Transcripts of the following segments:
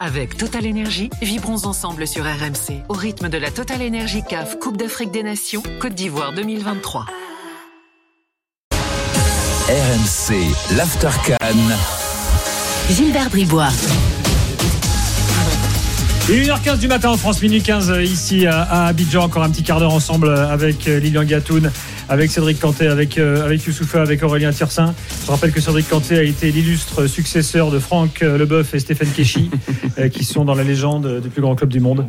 Avec Total Energy, vibrons ensemble sur RMC au rythme de la Total Energy CAF Coupe d'Afrique des Nations Côte d'Ivoire 2023. RMC, l'After Cannes. Gilbert Bribois. 1h15 du matin en France, minuit 15 ici à, à Abidjan. Encore un petit quart d'heure ensemble avec euh, Lilian Gatoun, avec Cédric Canté, avec, euh, avec Youssoufa, avec Aurélien Tiersin. Je rappelle que Cédric Canté a été l'illustre successeur de Franck euh, Leboeuf et Stéphane Keshi, euh, qui sont dans la légende du plus grand club du monde.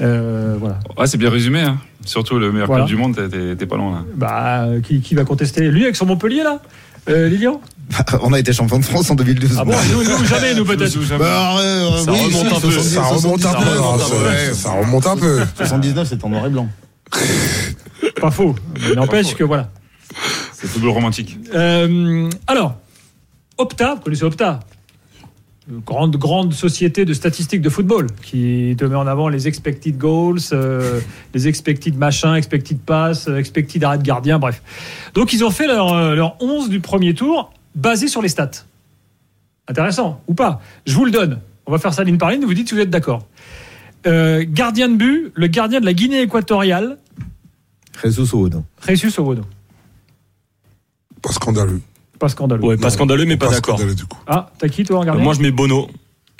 Euh, voilà. Ouais, c'est bien résumé. hein. Surtout le meilleur Voilà. club du monde, t'es- t'es t'es pas loin. hein. Là. Bah, euh, qui, qui va contester Lui avec son Montpellier là Euh, Lilian On a été champion de France en 2012. Ah bon Nous, nous, jamais, nous peut-être. Bah, euh, Ça oui, remonte si, un peu, 70, ça remonte un peu, 79, ça remonte un peu. ouais, Ça remonte un peu. 79, c'est en noir et blanc. Pas faux. Mais N'empêche que voilà. C'est football romantique. Euh, alors, Opta, vous connaissez Opta Grande, grande société de statistiques de football qui te met en avant les expected goals, euh, les expected machins, expected passes, euh, expected arrêt de gardien, bref. Donc ils ont fait leur, euh, leur 11 du premier tour basé sur les stats. Intéressant ou pas Je vous le donne. On va faire ça ligne par ligne, vous dites si vous êtes d'accord. Euh, gardien de but, le gardien de la Guinée équatoriale, Jesus Odo. Ressus Owodo. Pas scandaleux. Pas scandaleux. Ouais, pas scandaleux, mais pas d'accord. scandaleux, du coup. Ah, t'as qui toi en gardien Moi, je mets Bono.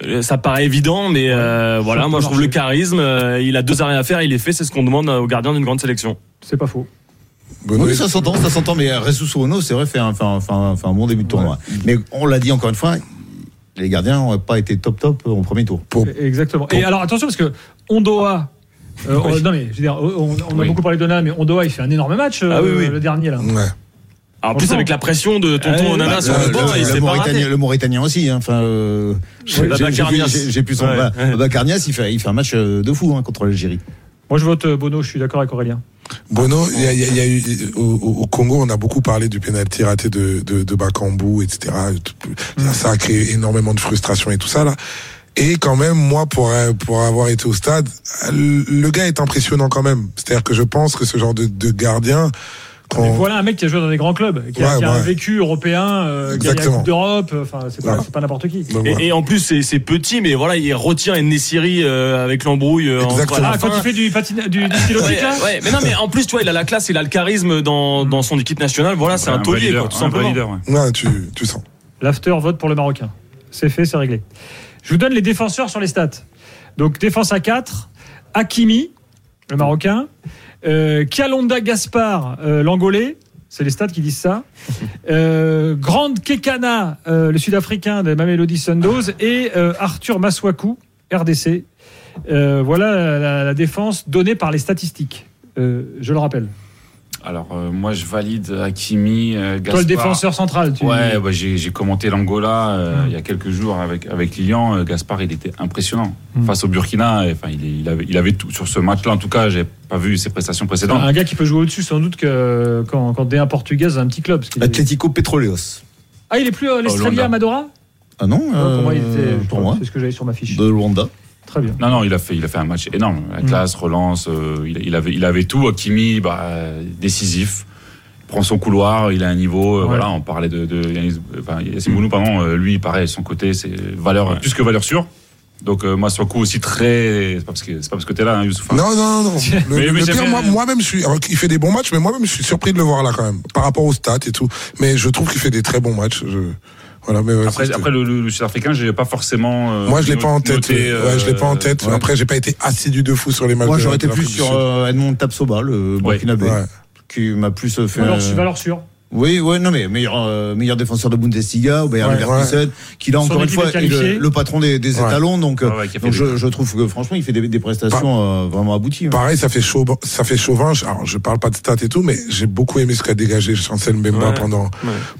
Euh, Ça paraît évident, mais euh, Ça voilà, peut moi je trouve marcher. le charisme. euh, il a deux arrêts à faire, il est fait. C'est ce qu'on demande euh, aux gardiens d'une grande sélection. C'est pas faux. Benoît, Oui, ça s'entend, ça s'entend, mais euh, Ressus Ono, c'est vrai, fait un, fait un- fait un- fait un bon début de tournoi. Mais on l'a dit encore une fois, les gardiens n'ont pas été top top au premier tour. pour- Exactement. Et alors attention parce que Ondoa. euh, on- non mais je veux dire, on, on a Oui. beaucoup parlé d'Onana, mais Ondoa il fait un énorme match euh, Ah oui, oui. le dernier là. Ouais. Alors, en plus, Franchement. avec la pression de tonton Euh, Onana bah, Ah, sur euh, le banc, le- il le s'est pas Mauritanien, raté. le Mauritanien aussi, hein, enfin. euh, j'ai- Ouais, j'ai- j'ai Bacarnias. plus- j'ai j'ai plus son. Ouais, bah, ouais. Bacarnias, il fait, il fait un match euh, de fou hein, contre l'Algérie. Moi je vote euh, Bono, je suis d'accord avec Aurélien. Bono, il y a- il y a- il y a eu- au, au- au Congo, on a beaucoup parlé du pénalty raté de, de, de Bakambu, etc. Ça, ça a créé énormément de frustration et tout ça, là. Et quand même, moi, pour, euh, pour avoir été au stade, euh, le gars est impressionnant quand même. C'est-à-dire que je pense que ce genre de, de gardien, quand, Mais voilà un mec qui a joué dans des grands clubs, qui a, Ouais, qui a un ouais. vécu européen, euh, qui a la Exactement. Coupe d'Europe, euh, enfin c'est pas, Ouais. c'est pas n'importe qui. Donc, voilà. Et, et en plus, c'est c'est petit, mais voilà, il retient Nessiri euh, avec l'embrouille. euh, entre- Exactement. à la Ah quand fin. il fait du patina, du, du stylo de Ouais, kick, là ouais, mais non, mais en plus, tu vois, il a la classe, il a le charisme dans, dans son équipe nationale. Voilà, c'est Ouais, un vrai taulier, leader, quoi, tout un vrai simplement. leader, ouais. Ouais, tu, tu sens. L'after vote pour le Marocain. C'est fait, c'est réglé. Je vous donne les défenseurs sur les stats. Donc défense à 4, Hakimi, le Marocain, euh, Kalonda Gaspar, euh, l'Angolais, c'est les stats qui disent ça, euh, Grande Kekana, euh, le Sud-Africain de Mamelody Sundowns, et euh, Arthur Maswaku, RDC. Euh, voilà la, la défense donnée par les statistiques. Euh, je le rappelle. Alors, euh, moi, je valide Hakimi, euh, Gaspar. Toi, le défenseur central. Tu... Ouais, bah, j'ai j'ai commenté l'Angola euh, Mm. il y a quelques jours avec, avec Lilian. Euh, Gaspard, il était impressionnant. Mm. Face au Burkina, euh, enfin, il, est- il avait, il avait tout. Sur ce match-là, en tout cas, j'ai pas vu ses prestations précédentes. Un gars qui peut jouer au-dessus, sans doute, que quand, quand D1 portugaise, un petit club. parce qu'il Bah, est- Atlético Petroleos. Ah, il est plus euh, l'Estrella Hollanda. Amadora Ah non Non, Pour moi, il euh, était. Pour moi, C'est ce que j'avais sur ma fiche. de Rwanda. Très bien. Non, non, il a fait, il a fait un match énorme. La Mm. classe, relance, euh, il, il avait, il avait tout. Hakimi, bah, euh, décisif. Il Prend son couloir, il a un niveau. euh, Ouais. Voilà, on parlait de, de Yanis- enfin, Yassine Bounou, pardon. euh, lui, pareil, son côté, c'est valeur, plus que valeur sûre. Donc, euh, moi, Swaku aussi très. C'est pas parce que c'est pas parce que t'es là, hein, Youssouf. Non, non, non. non. Le, Mais- le mais pire, j'aime moi- bien- moi-même, je suis. alors, il fait des bons matchs, mais moi-même, je suis surpris de le voir là quand même, par rapport aux stats et tout. Mais je trouve qu'il fait des très bons matchs. Je... Voilà, mais ouais, Après, c'était- après le, le- le Sud-Africain, j'ai pas forcément. euh, moi, je l'ai no- pas en tête. noté, ouais. euh, ouais, je l'ai pas en tête. ouais. Après, j'ai pas été assidu de fou sur les matchs. Moi, de- j'aurais été de plus l'Afrique du sur Sud. euh, Edmond Tapsoba, le Ouais. Burkinabé, Ouais. qui m'a plus euh, fait. Valeur, euh, valeur sûre. Oui, ouais, non, mais meilleur, euh, meilleur défenseur de Bundesliga, ou Bayer Ouais, Leverkusen, qui là Son encore une équipe fois est est le, qualifiée. le patron des, des Ouais. étalons, donc, euh, Ah Ouais, ouais, qui a fait donc des- je, je trouve que franchement, il fait des, des prestations euh, vraiment abouties. hein. Pareil, ça fait chaud, ça fait chauvin. Alors, je parle pas de stats et tout, mais j'ai beaucoup aimé ce qu'a dégagé Chancel Mbemba Ouais. pendant, Ouais.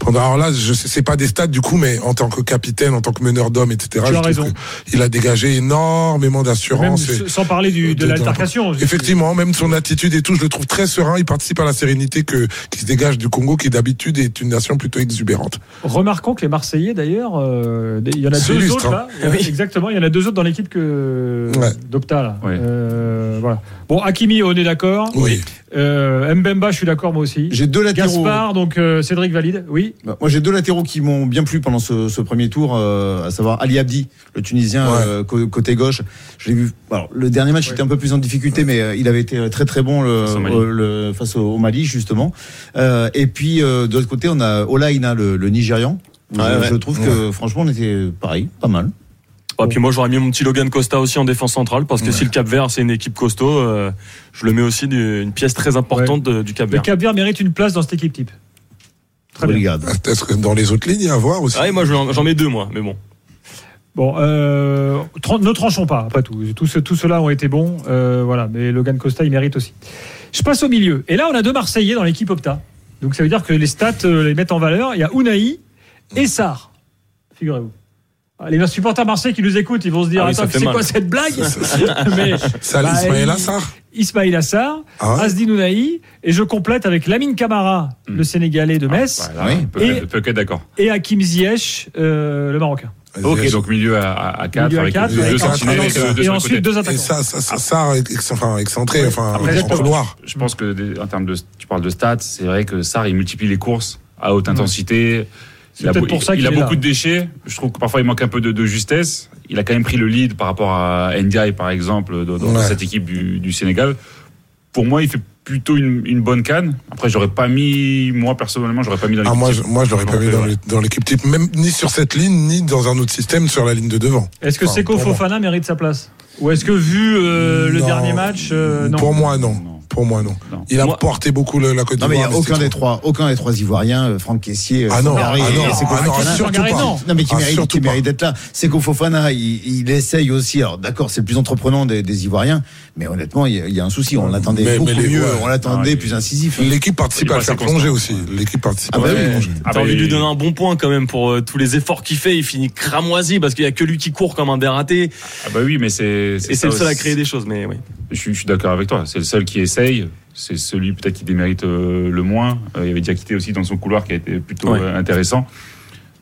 pendant. Alors là, je sais, c'est pas des stats du coup, mais en tant que capitaine, en tant que meneur d'hommes, etc. Tu je as trouve raison. que Il a dégagé énormément Même d'assurance. et- s- sans parler du, de de- l'altercation. Effectivement, même son attitude et tout, je le trouve très serein. Il participe à la sérénité que, qui se dégage du Congo, qui d'habitude est une nation plutôt exubérante. Remarquons que les Marseillais, d'ailleurs, euh, il y en a C'est deux illustre, autres là. hein. Oui. Exactement, il y en a deux autres dans l'équipe que Ouais. d'Opta là. Ouais. Euh, voilà. Bon, Hakimi, on est d'accord. Oui. Euh, Mbemba, je suis d'accord, moi aussi. J'ai deux latéraux. Gaspard, donc euh, Cédric valide, oui. Bah, Moi, j'ai deux latéraux qui m'ont bien plu pendant ce, ce premier tour, euh, à savoir Ali Abdi, le Tunisien Ouais. euh, cô- côté gauche. Je l'ai vu. Alors, le dernier match, il Ouais. était un peu plus en difficulté, mais euh, il avait été très très bon le, Face au Mali. euh, le- face au, au Mali justement. Euh, et puis euh, de l'autre côté, on a Olaina, le, le Nigérian. Ouais, je, ouais. je trouve que franchement, on était pareil, pas mal. Ah, puis moi j'aurais mis mon petit Logan Costa aussi en défense centrale parce que si le Cap Vert c'est une équipe costaud, euh, je le mets aussi du- une pièce très importante de- du Cap Le Vert. Cap Vert mérite une place dans cette équipe type. Très bien. Obrigado. Est-ce que dans les autres lignes, à voir aussi Ah ouais, moi j'en j'en mets deux moi, mais bon. Bon, euh, tran- ne tranchons pas, après tout. Tout, ce- tout cela ont été bons, euh, voilà, mais Logan Costa, il mérite aussi. Je passe au milieu. Et là, on a deux Marseillais dans l'équipe Opta. Donc ça veut dire que les stats euh, les mettent en valeur. Il y a Unai et Sar, figurez-vous. Ah, Les supporters marseillais qui nous écoutent, ils vont se dire Ah oui, ça Attends, fait c'est mal. quoi cette blague Mais Ça, Bah, Ismaël il- Assar Ismail Assar, Ah ouais. Asdin Ounahi, et je complète avec Lamine Camara, Hmm. le Sénégalais de Metz, Voilà, Oui. peut- Et- peut qu'être d'accord. et Hakim Ziyech, euh, le Marocain. Ok, donc milieu à- à 4 Milieu à avec quatre, deux avec un sentinelles, attaquant. deux- deux Et sur les ensuite côtés. deux Et attaquants. ça, ça, ça, ça, ex- enfin, excentré, enfin, Après, je en pense- couloir. Je pense que, des- en termes de, tu parles de stats, c'est vrai que Sarr, il multiplie les courses à haute intensité. C'est peut-être beau- pour ça il qu'il a est beaucoup là. de déchets. Je trouve que parfois il manque un peu de, de justesse. Il a quand même pris le lead par rapport à Ndiaye, par exemple, dans, dans Ouais. cette équipe du, du Sénégal. Pour moi, il fait plutôt une, une bonne canne. Après, j'aurais pas mis, moi personnellement, j'aurais pas mis dans Ah, l'équipe moi, je, type. moi, je l'aurais pas mis dans, Ouais. le- dans l'équipe type, même ni sur cette ligne, ni dans un autre système, sur la ligne de devant. Est-ce que Enfin, Seko pour moi. Fofana mérite sa place Ou est-ce que vu euh, le Non. dernier match, euh, non Pour moi, non. Non. Pour moi, non. Non. Il a Moi- porté beaucoup le- la Côte Non mais il d'Ivoire. n'y a aucun c'est des tout. trois, aucun des trois ivoiriens, euh, Franck Caissier, Ah non, Sangaré ah non, et Seko ah non, Fofana. ah, surtout Sangaré, pas. non. Non mais qui Ah, mérite, surtout qui pas. mérite d'être là. Seko Fofana, il, il essaye aussi. Alors d'accord, c'est le plus entreprenant des, des ivoiriens, mais honnêtement, il y, a- il y a un souci. On l'attendait Mais- mais beaucoup les- mieux, ouais. on l'attendait Ah, plus incisif. L'équipe participe Il est à pas le faire assez constant. plonger aussi. L'équipe participe Ah à bah le oui. faire plonger. Ah, T'as envie de mais- lui donner un bon point quand même pour euh, tous les efforts qu'il fait. Il finit cramoisi parce qu'il y a que lui qui court comme un dératé Ah bah oui, mais c'est. et c'est ça le seul à aussi. créer des choses. Mais oui. Je suis, je suis d'accord avec toi. C'est le seul qui essaye. C'est celui peut-être qui démérite euh, le moins. Euh, il y avait Diakité aussi dans son couloir qui a été plutôt Ouais. euh, intéressant.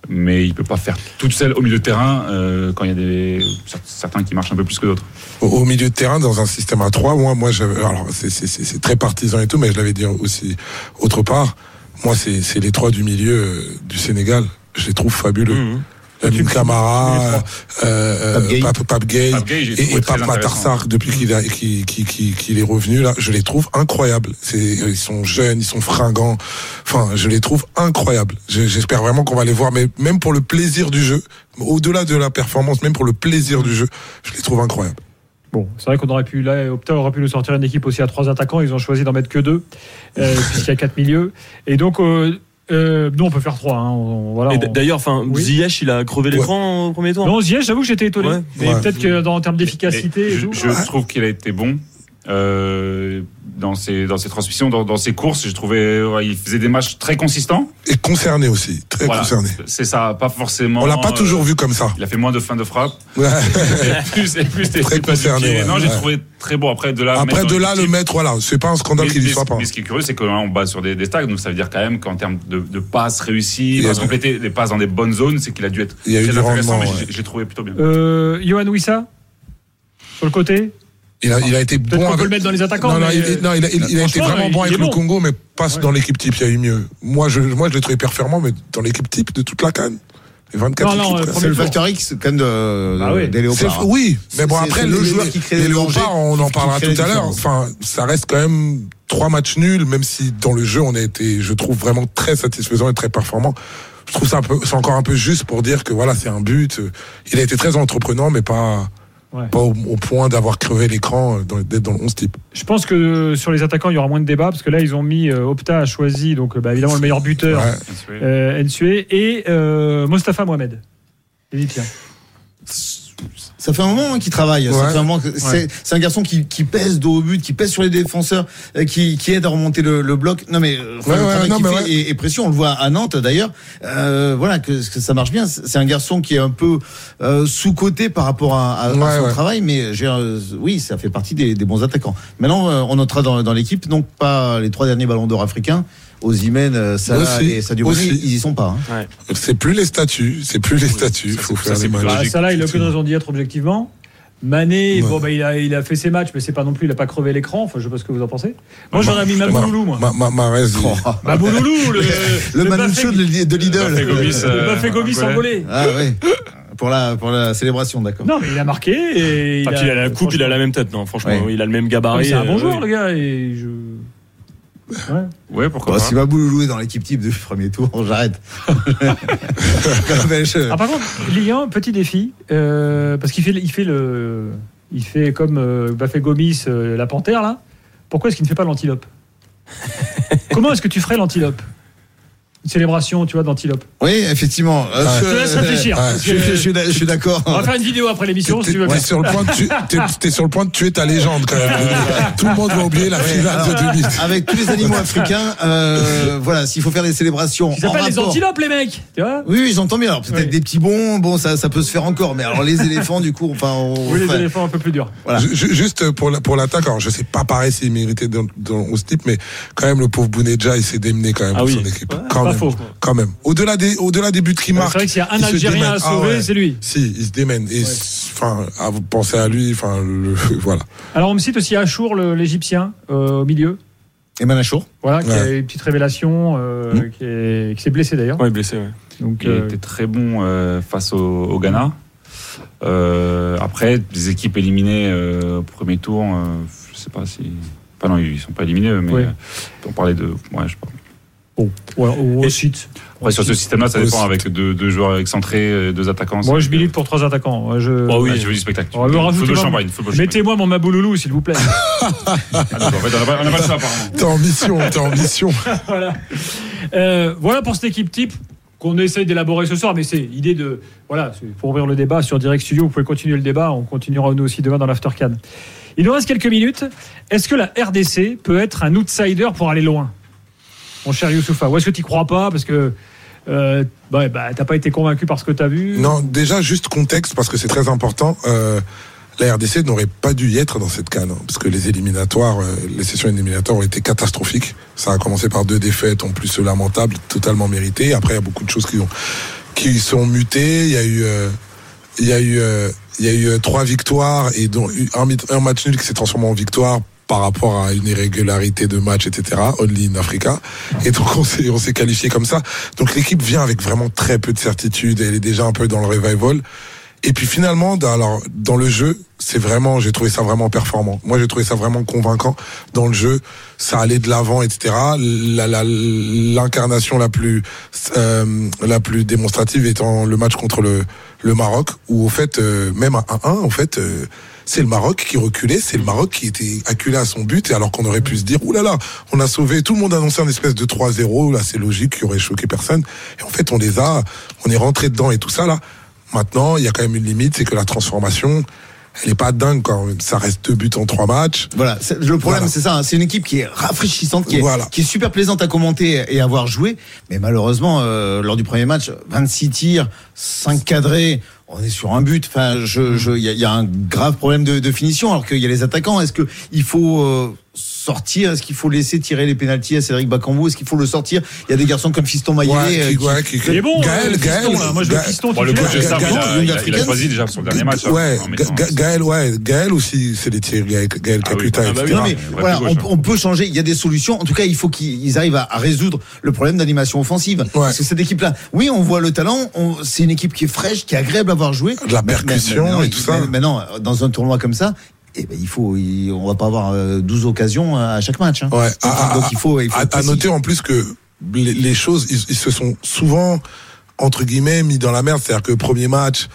Mais il peut pas faire toute seule au milieu de terrain euh, quand il y a des, cer- certains qui marchent un peu plus que d'autres. au, au milieu de terrain dans un système à 3 moi moi j'avais alors c'est c'est c'est c'est très partisan et tout mais je l'avais dit aussi autre part moi c'est c'est les trois du milieu euh, du Sénégal je les trouve fabuleux Mhm. Lamine Euh, Camara euh, Pape Gueye. euh, Pape Pape Gueye Pape Gueye, j'ai et, trouvé et très Pape intéressant. Matarsar depuis qu'il a- qu'il- qu'il- qu'il- qu'il est revenu là je les trouve incroyables c'est euh, ils sont jeunes ils sont fringants enfin je les trouve incroyables Je- j'espère vraiment qu'on va les voir mais même pour le plaisir du jeu au-delà de la performance même pour le plaisir du jeu je les trouve incroyables Bon, c'est vrai qu'on aurait pu, là, Opta aurait pu nous sortir une équipe aussi à trois attaquants. Ils ont choisi d'en mettre que deux, euh, puisqu'il y a quatre milieux. Et donc, euh, euh, nous, on peut faire trois. Hein, on- on- voilà, Et on- d- D'ailleurs, enfin, Oui. Ziyech, il a crevé l'écran au premier tour. Non, Ziyech, j'avoue que j'étais étonné. Ouais. mais Ouais. peut-être que dans, en termes Et d'efficacité, et je, tout, je trouve qu'il a été bon euh, dans ses dans ses transmissions, dans, dans ses courses. Je trouvais ouais, il faisait des matchs très consistants. Et concerné aussi, très Voilà. concerné. C'est ça, pas forcément. On l'a pas toujours euh, vu comme ça. il a fait moins de fins de frappe. Ouais. et plus, et plus, Très c'est pas du concerné, pied. ouais, non, j'ai ouais. trouvé très beau. Après de là, mettre Après dans de là, le l'équipe, maître, voilà, c'est pas un scandale Mais- qu'il y mais- soit pas. Mais ce qui est curieux, c'est que là, on base sur des, des stacks, donc ça veut dire quand même qu'en termes de, de passes réussies, Il y a passes eu- complétées, des passes dans des bonnes zones, c'est qu'il a dû être Il y a eu très du intéressant, rendement. mais ouais. j'ai- j'ai trouvé plutôt bien. Euh, Johan Wissa sur le côté. Il a, il a été Peut-être bon. qu'on peut avec- le mettre dans les attaquants, Non, non, mais- il, il- non, il a, il- il a été Franchement, vraiment il- bon il avec est le bon. Congo, mais pas dans l'équipe type, il y a eu mieux. Moi, je, moi, je l'ai trouvé performant, mais dans l'équipe type de toute la canne. Les 24 Non, non, équipes, euh, quoi. C'est le tour. facteur X quand même de, Ah oui. des C'est- léopards. oui, mais bon hein. C'est- après c'est le le joueur joueur qui crée les le danger, léopards, on en qui parlera crée tout la à l'heure. différence. Enfin, ça reste quand même trois matchs nuls, même si dans le jeu on a été, je trouve vraiment très satisfaisant et très performant. Je trouve ça un peu, c'est encore un peu juste pour dire que voilà, c'est un but. Il a été très entreprenant, mais pas Ouais. pas au, au point d'avoir crevé l'écran, euh, dans- d'être dans le 11 type. Je pense que euh, sur les attaquants, il y aura moins de débat parce que là, ils ont mis euh, Opta a choisi donc euh, bah, évidemment le meilleur buteur, Ouais. euh, Nsue, et euh, Mostafa Mohamed. Égyptien. Ça fait un moment hein, qu'il travaille. Ça Ouais. fait un moment. que- C'est c'est un garçon qui, qui pèse dos au but, qui pèse sur les défenseurs, euh, qui, qui aide à remonter le, le bloc. Non mais euh, enfin, Ouais, le ouais, travail non, qu'il mais fait ouais. est, est précieux. On le voit à Nantes d'ailleurs. Euh, voilà que, que ça marche bien. C'est c'est un garçon qui est un peu euh, sous coté par rapport à, à- à Ouais, son ouais. travail, mais j'ai, euh, oui, ça fait partie des, des bons attaquants. Maintenant, euh, on notera dans, dans l'équipe donc pas les trois derniers Ballons d'Or africains. Osimhen, euh, Salah Aussi, et Sadio Mané, aussi. ils y sont pas. hein. C'est plus les statuts, c'est plus les statuts. Ça, faut c'est- faire ça, les c'est matchs. plus Bah, logique. ça là, il a aucune raison d'y être objectivement. Mané, Ouais. bon, bah, il, a, il a fait ses matchs, mais c'est pas non plus, il a pas crevé l'écran. Enfin, je sais pas ce que vous en pensez. Moi, j'aurais mis Mabouloulou, moi. Ma, ma, Mahrez, il- Mabouloulou, le, Le Bafé- Manoucho de l'I- de Bafé l'idole. Gomis, euh, le Bafé Gomis ouais. envolé. Ah oui. Pour la, pour la célébration, d'accord. Non, mais il a marqué. Et Ah, puis il a la coupe, il a la même tête, non Franchement, Ouais. oui, il a le même Ah, mais gabarit. C'est un euh, bon joueur, oui. le gars. Et je... Ouais. Ouais, pourquoi Bah, Bon, pas. si Mabouloulou est dans l'équipe type du premier tour, j'arrête. Mais je- Ah, par contre, Lyon, petit défi, euh, parce qu'il fait, il fait le, il fait comme euh, Bafé Gomis euh, la panthère là. Pourquoi est-ce qu'il ne fait pas l'antilope Comment est-ce que tu ferais l'antilope Une célébration, tu vois, d'antilope. Oui, effectivement. Euh, Ouais. Ah, Je te laisse réfléchir. ouais, parce Je, je- que- Ah. je suis d'a- je suis d'accord. on va faire une vidéo après l'émission, si T'es tu veux. t'es sur, le point de tu- t'es- t'es sur le point de tuer ta légende quand même. Tout le monde va oublier la finale de 2000. Avec tous les animaux africains, euh, voilà, s'il faut faire des célébrations. Ils en s'appellent les rapport- antilopes, les mecs. Tu vois Oui, oui, j'entends bien. Alors, peut-être Oui. des petits bons, bon, ça, ça peut se faire encore. Mais alors, les éléphants, du coup, enfin, on. Oui, les ferait- éléphants un peu plus durs. Voilà. Ju- ju- Juste pour la- pour l'attaque, alors je sais pas pareil s'il méritait dans, dans, au slip, mais quand même le pauvre Bouneja, il s'est démené quand même Ah pour oui. son équipe. quand pas même, faux. quand même. Au-delà des au-delà des buts qu'il C'est marque. vrai que s'il y a un il se Algérien démène. à Ah sauver, ouais. c'est lui. Si, il se démène. Et s- enfin, à vous penser à lui, enfin, le- voilà. Alors, on me cite aussi Achour, le- l'Égyptien, euh, au milieu. Et Manachour. Voilà, qui a Ouais. Hmm. eu une petite révélation, euh, qui est- qui s'est blessé d'ailleurs. Ouais, blessé, ouais. Donc, Il euh, était très bon euh, face au, au Ghana. Euh, après, des équipes éliminées euh, au premier tour, euh, je sais pas si. Pas non, ils sont pas éliminés, eux, mais Ouais. euh, on parlait de. Ouais, je sais pas. Bon, Oh. ouais, on cite. Après, sur ce système-là, ça dépend Aussi. avec deux, deux joueurs excentrés, euh, deux attaquants. Moi, c'est- je milite pour trois attaquants. Moi, je... Ah oui, je veux du spectacle. Oh On va vous rajouter Football un- champagne. football Mettez-moi mon Mabouloulou, s'il vous plaît. champagne. Ah, d'accord, en fait, on n'a pas, on n'a pas le choix, apparemment. T'es en mission, t'es en mission. voilà. Euh, voilà pour cette équipe type qu'on essaye d'élaborer ce soir, mais c'est l'idée de. Voilà, c'est pour ouvrir le débat sur Direct Studio, vous pouvez continuer le débat, on continuera nous aussi demain dans l'Aftercan. Il nous reste quelques minutes. Est-ce que la RDC peut être un outsider pour aller loin Mon cher Youssoufa, ou est-ce que tu crois pas Parce que. Euh, bah, bah, t'as pas été convaincu par ce que t'as vu Non, déjà juste contexte parce que c'est très important. Euh, la RDC n'aurait pas dû y être dans cette canne hein, parce que les éliminatoires, euh, les sessions éliminatoires ont été catastrophiques. Ça a commencé par deux défaites en plus lamentables, totalement méritées. Après, il y a beaucoup de choses qui ont qui sont mutées. Il y a eu euh, il y a eu euh, il y a eu euh, trois victoires et dont eu- un, mit- un match nul qui s'est transformé en victoire par rapport à une irrégularité de match, etc. Only in Africa. Et donc on s'est on s'est qualifié comme ça. Donc l'équipe vient avec vraiment très peu de certitude. Elle est déjà un peu dans le revival. Et puis finalement, dans, alors, dans le jeu, c'est vraiment, j'ai trouvé ça vraiment performant. Moi, j'ai trouvé ça vraiment convaincant dans le jeu. Ça allait de l'avant, etc. La- la- L'incarnation la, plus euh, la plus démonstrative étant le match contre le, le Maroc, où au fait, euh, même à 1-1, en fait, euh, c'est le Maroc qui reculait, c'est le Maroc qui était acculé à son but, et alors qu'on aurait pu se dire, oulala, là là, on a sauvé, tout le monde annonçait un espèce de 3-0, là c'est logique, qui aurait choqué personne. Et en fait, on les a, on est rentré dedans et tout ça, là. Maintenant, il y a quand même une limite, c'est que la transformation, elle est pas dingue quand même. Ça reste deux buts en trois matchs. Voilà, c'est- le problème Voilà. c'est ça, hein, c'est une équipe qui est rafraîchissante, qui est, Voilà. qui est super plaisante à commenter et à avoir joué, mais malheureusement euh, lors du premier match, 26 tirs, 5 cadrés, on est sur un but. Enfin, je, je, il y, a- il y a un grave problème de, de finition alors qu'il y a les attaquants. Est-ce que il faut euh, sortir Est-ce qu'il faut laisser tirer les pénalties à Cédric Bakambu Est-ce qu'il faut le sortir Il y a des garçons comme Fiston Maillet Ouais, euh, qui- qui- ouais, qui- Il est bon, Gaël, euh, Gaël, Fiston, là. Moi, je veux Gaël- Fiston Bon, le titulaire. coach est ça, mais il a- Young il a- il a Africans. choisi déjà pour le dernier match. hein, Ouais, en mettant- Ga- Gaël, ouais, Gaël aussi, c'est les tirs, Gaël, Gaël Ah oui, Caputa, ah bah oui, etc. Non, mais Ouais, voilà, plus on, gauche, hein. on peut changer. Il y a des solutions. En tout cas, il faut qu'ils ils arrivent à, à résoudre le problème d'animation offensive. Parce que cette équipe-là, oui, on voit le talent. on- C'est une équipe qui est fraîche, qui est agréable à avoir joué. De la Mais- mais- percussion mais- mais- et tout ça. mais- Maintenant, dans un tournoi comme ça, eh ben, il faut, il- on va pas avoir euh, 12 occasions à chaque match. hein. Ouais, Donc, à- à- donc, il faut, il faut à, être à précis. noter en plus que les, les choses, ils, ils se sont souvent entre guillemets mis dans la merde. C'est-à-dire que premier match,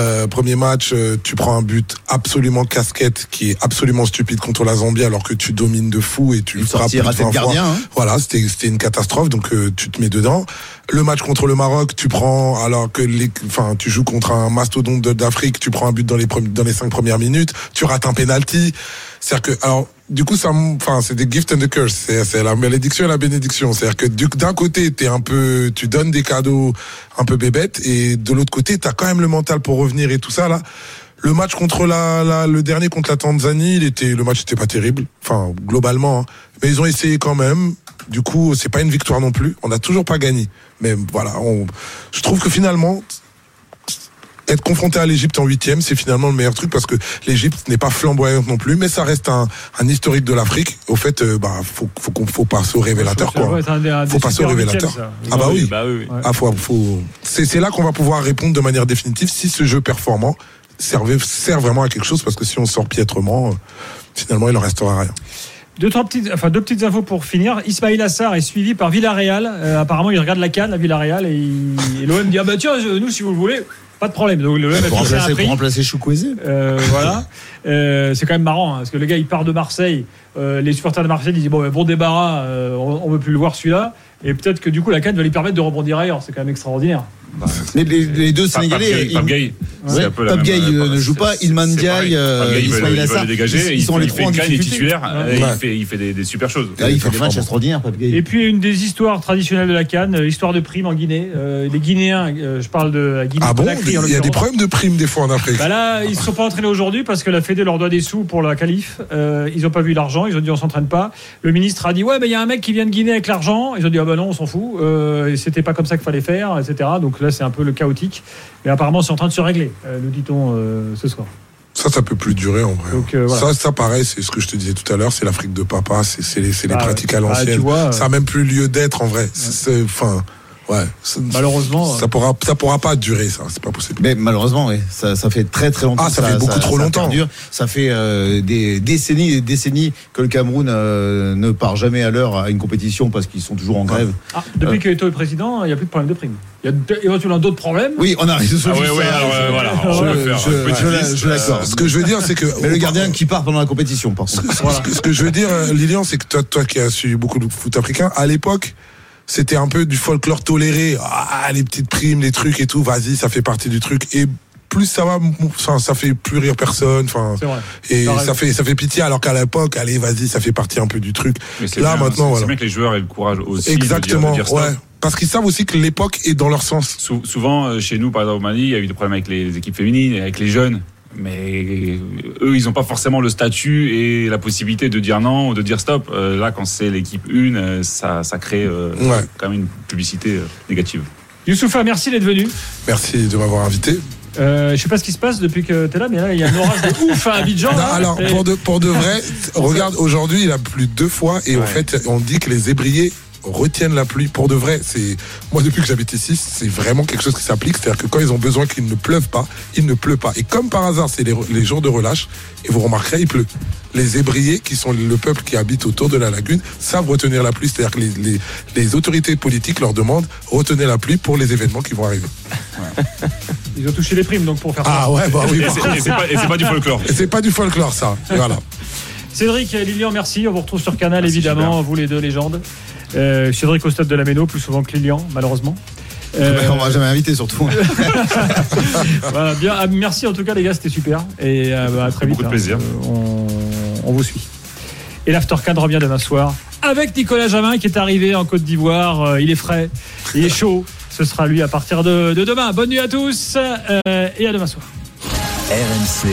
euh, premier match, euh, tu prends un but absolument casquette qui est absolument stupide contre la Zambie alors que tu domines de fou et tu Une frappes sortie plus de ratée de 20 fois. gardien, hein. Voilà, c'était c'était une catastrophe, donc euh, tu te mets dedans. Le match contre le Maroc, tu prends alors que les, enfin, tu joues contre un mastodonte de- d'Afrique, tu prends un but dans les premi- dans les cinq premières minutes, tu rates un penalty. C'est-à-dire que alors du coup ça, m- enfin, c'est des gift and the curse, c'est c'est la malédiction et la bénédiction. C'est-à-dire que du- d'un côté t'es un peu, tu donnes des cadeaux un peu bébêtes et de l'autre côté t'as quand même le mental pour revenir et tout ça là. Le match contre la, la- le dernier contre la Tanzanie, il était, le match n'était pas terrible, enfin globalement, hein. mais ils ont essayé quand même. Du coup, c'est pas une victoire non plus. On n'a toujours pas gagné, mais voilà, on, je trouve que finalement, être confronté à l'Égypte en huitième, c'est finalement le meilleur truc parce que l'Égypte n'est pas flamboyante non plus, mais ça reste un, un historique de l'l'Afrique. Au fait, euh, bah, faut, faut, qu'on- faut passer au révélateur, Ça doit quoi. être un des- un des Faut passer au super révélateur. huitièmes, ça. Ah bah oui. Bah oui, oui. Ouais. Ah, faut- faut- C'est c'est là qu'on va pouvoir répondre de manière définitive si ce jeu performant servait- sert vraiment à quelque chose parce que si on sort piètrement, euh, finalement, il en restera rien. Deux, trois petites, enfin, deux petites infos pour finir. Ismail Assar est suivi par Villarreal. Euh, apparemment, il regarde la canne à Villarreal et, il- et l'OM dit Ah bah tiens, je- nous, si vous le voulez, pas de problème. Donc l'OM a Pour fixé un remplacer, prix. pour remplacer Choukwueze. Euh, voilà. Euh, c'est quand même marrant, hein, parce que le gars, il part de Marseille. Euh, les supporters de Marseille disent Bon, ben, bon débarras, euh, on, on veut plus le voir celui-là. Et peut-être que du coup, la canne va lui permettre de rebondir ailleurs. C'est quand même extraordinaire. Bah, Mais les, les deux Pape- Pape Sénégalais. Gueye- Pape Gueye, c'est Ouais. un peu la Pape même, Gueye, euh, euh, ne joue c'est- pas, c'est Ilman pareil. Diaye, euh, Pape Gueye, il va Ismail le- il va Assar, le dégager, ils il sont fait- les il trois fait en une canne, il est difficulté. titulaire, Ouais. et il Ouais. fait- il fait des des super choses. Ah, il fait Il un match fait extraordinaire, Pape Gueye. Et puis une des histoires traditionnelles de la Cannes, euh, histoire de primes en Guinée. Euh, les Guinéens, euh, je parle de la Guinée. Ah bon Conakry, Il y en a des l'occurrence. problèmes de primes des fois en Afrique. Bah là, ils ne se sont pas entraînés aujourd'hui parce que la Fédé leur doit des sous pour la qualif. Euh, ils n'ont pas vu l'argent. Ils ont dit on s'entraîne pas. Le ministre a dit ouais, mais il y a un mec qui vient de Guinée avec l'argent. Ils ont dit ah bah non, on s'en fout. Euh, et C'était pas comme ça qu'il fallait faire, etc. Donc là, c'est un peu le chaotique. Mais apparemment, c'est en train de se régler, euh, nous dit-on euh, ce soir. Ça, ça peut plus durer en vrai. Donc, euh, voilà. Ça, ça pareil, c'est ce que je te disais tout à l'heure, c'est l'Afrique de papa, c'est c'est les, c'est les Bah, pratiques à bah, tu l'ancienne. vois, euh, ça a même plus lieu d'être en vrai. C'est- c'est- Enfin, ouais. Ça- Malheureusement, euh, ça pourra, ça pourra pas durer, ça. C'est pas possible. Mais malheureusement, oui, ça, ça fait très très longtemps. Ah, ça fait beaucoup trop longtemps. perdure. Ça fait euh, des décennies et des décennies que le Cameroun euh, ne part jamais à l'heure à une compétition parce qu'ils sont toujours en grève. ah, depuis que Eto est président, il n'y a plus de problème de primes. Il y a de- éventuellement d'autres problèmes. Oui, on a résolu Ah ouais, ça. ouais, alors euh, voilà, Je- on va faire je- une petite je la- liste, je l'accorde. euh, Ce que je veux dire, c'est que. Mais le gardien qui part pendant la compétition, par contre. Ce que- Ce que je veux dire, euh, Lilian, c'est que toi, toi qui as suivi beaucoup de foot africain, à l'époque, c'était un peu du folklore toléré. Ah, les petites primes, les trucs et tout, vas-y, ça fait partie du truc. Et plus ça va, m- enfin, ça fait plus rire personne. Enfin, C'est vrai. et T'as raison. ça fait, ça fait pitié, alors qu'à l'époque, allez, vas-y, ça fait partie un peu du truc. Mais c'est Là, bien, maintenant, c'est- voilà. C'est bien que les joueurs aient le courage aussi de dire- Exactement, de dire stop. ouais. Parce qu'ils savent aussi que l'époque est dans leur sens. Sou- Souvent, euh, chez nous, par exemple au Mali, il y a eu des problèmes avec les équipes féminines, et avec les jeunes. Mais euh, eux, ils n'ont pas forcément le statut et la possibilité de dire non ou de dire stop. Euh, là, quand c'est l'équipe une, euh, ça, ça crée euh, Ouais. quand même une publicité euh, négative. Youssoufa, merci d'être venu. Merci de m'avoir invité. Euh, je sais pas ce qui se passe depuis que tu es là, mais là, il y a un orage de ouf à Abidjan. Non, là. Ah, alors, Et- pour de, pour de vrai, regarde, aujourd'hui, il a plu deux fois et en fait, on dit que les ébriers retiennent la pluie. Pour de vrai, c'est moi, depuis que j'habite ici, c'est vraiment quelque chose qui s'applique. C'est-à-dire que quand ils ont besoin qu'il ne pleuve pas, il ne pleut pas. Et comme par hasard, c'est les, re- les jours de relâche et vous remarquerez, il pleut. Les ébriers, qui sont le peuple qui habite autour de la lagune, savent retenir la pluie. C'est-à-dire que les, les, les autorités politiques leur demandent retenez la pluie pour les événements qui vont arriver. Ils ont touché les primes, donc pour faire ça. Ah ouais, bah oui. Et bah. c'est- et c'est pas, et c'est pas du folklore. Et c'est pas du folklore, ça. Voilà. Cédric et Lilian, merci. On vous retrouve sur Canal, Merci, évidemment, vous les deux légendes. Euh, Cédric au stade de la Méno, plus souvent que Lilian, malheureusement. Bah, Euh, On m'a jamais invité, surtout. voilà, bien, ah, merci en tout cas, les gars, c'était super. Et euh, bah, à très vite. Beaucoup de plaisir. Euh, on, on vous suit. Et l'Aftercade revient demain soir avec Nicolas Jamin qui est arrivé en Côte d'Ivoire. Euh, il est frais, il est chaud. Ce sera lui à partir de, de demain. Bonne nuit à tous euh, et à demain soir. RMC,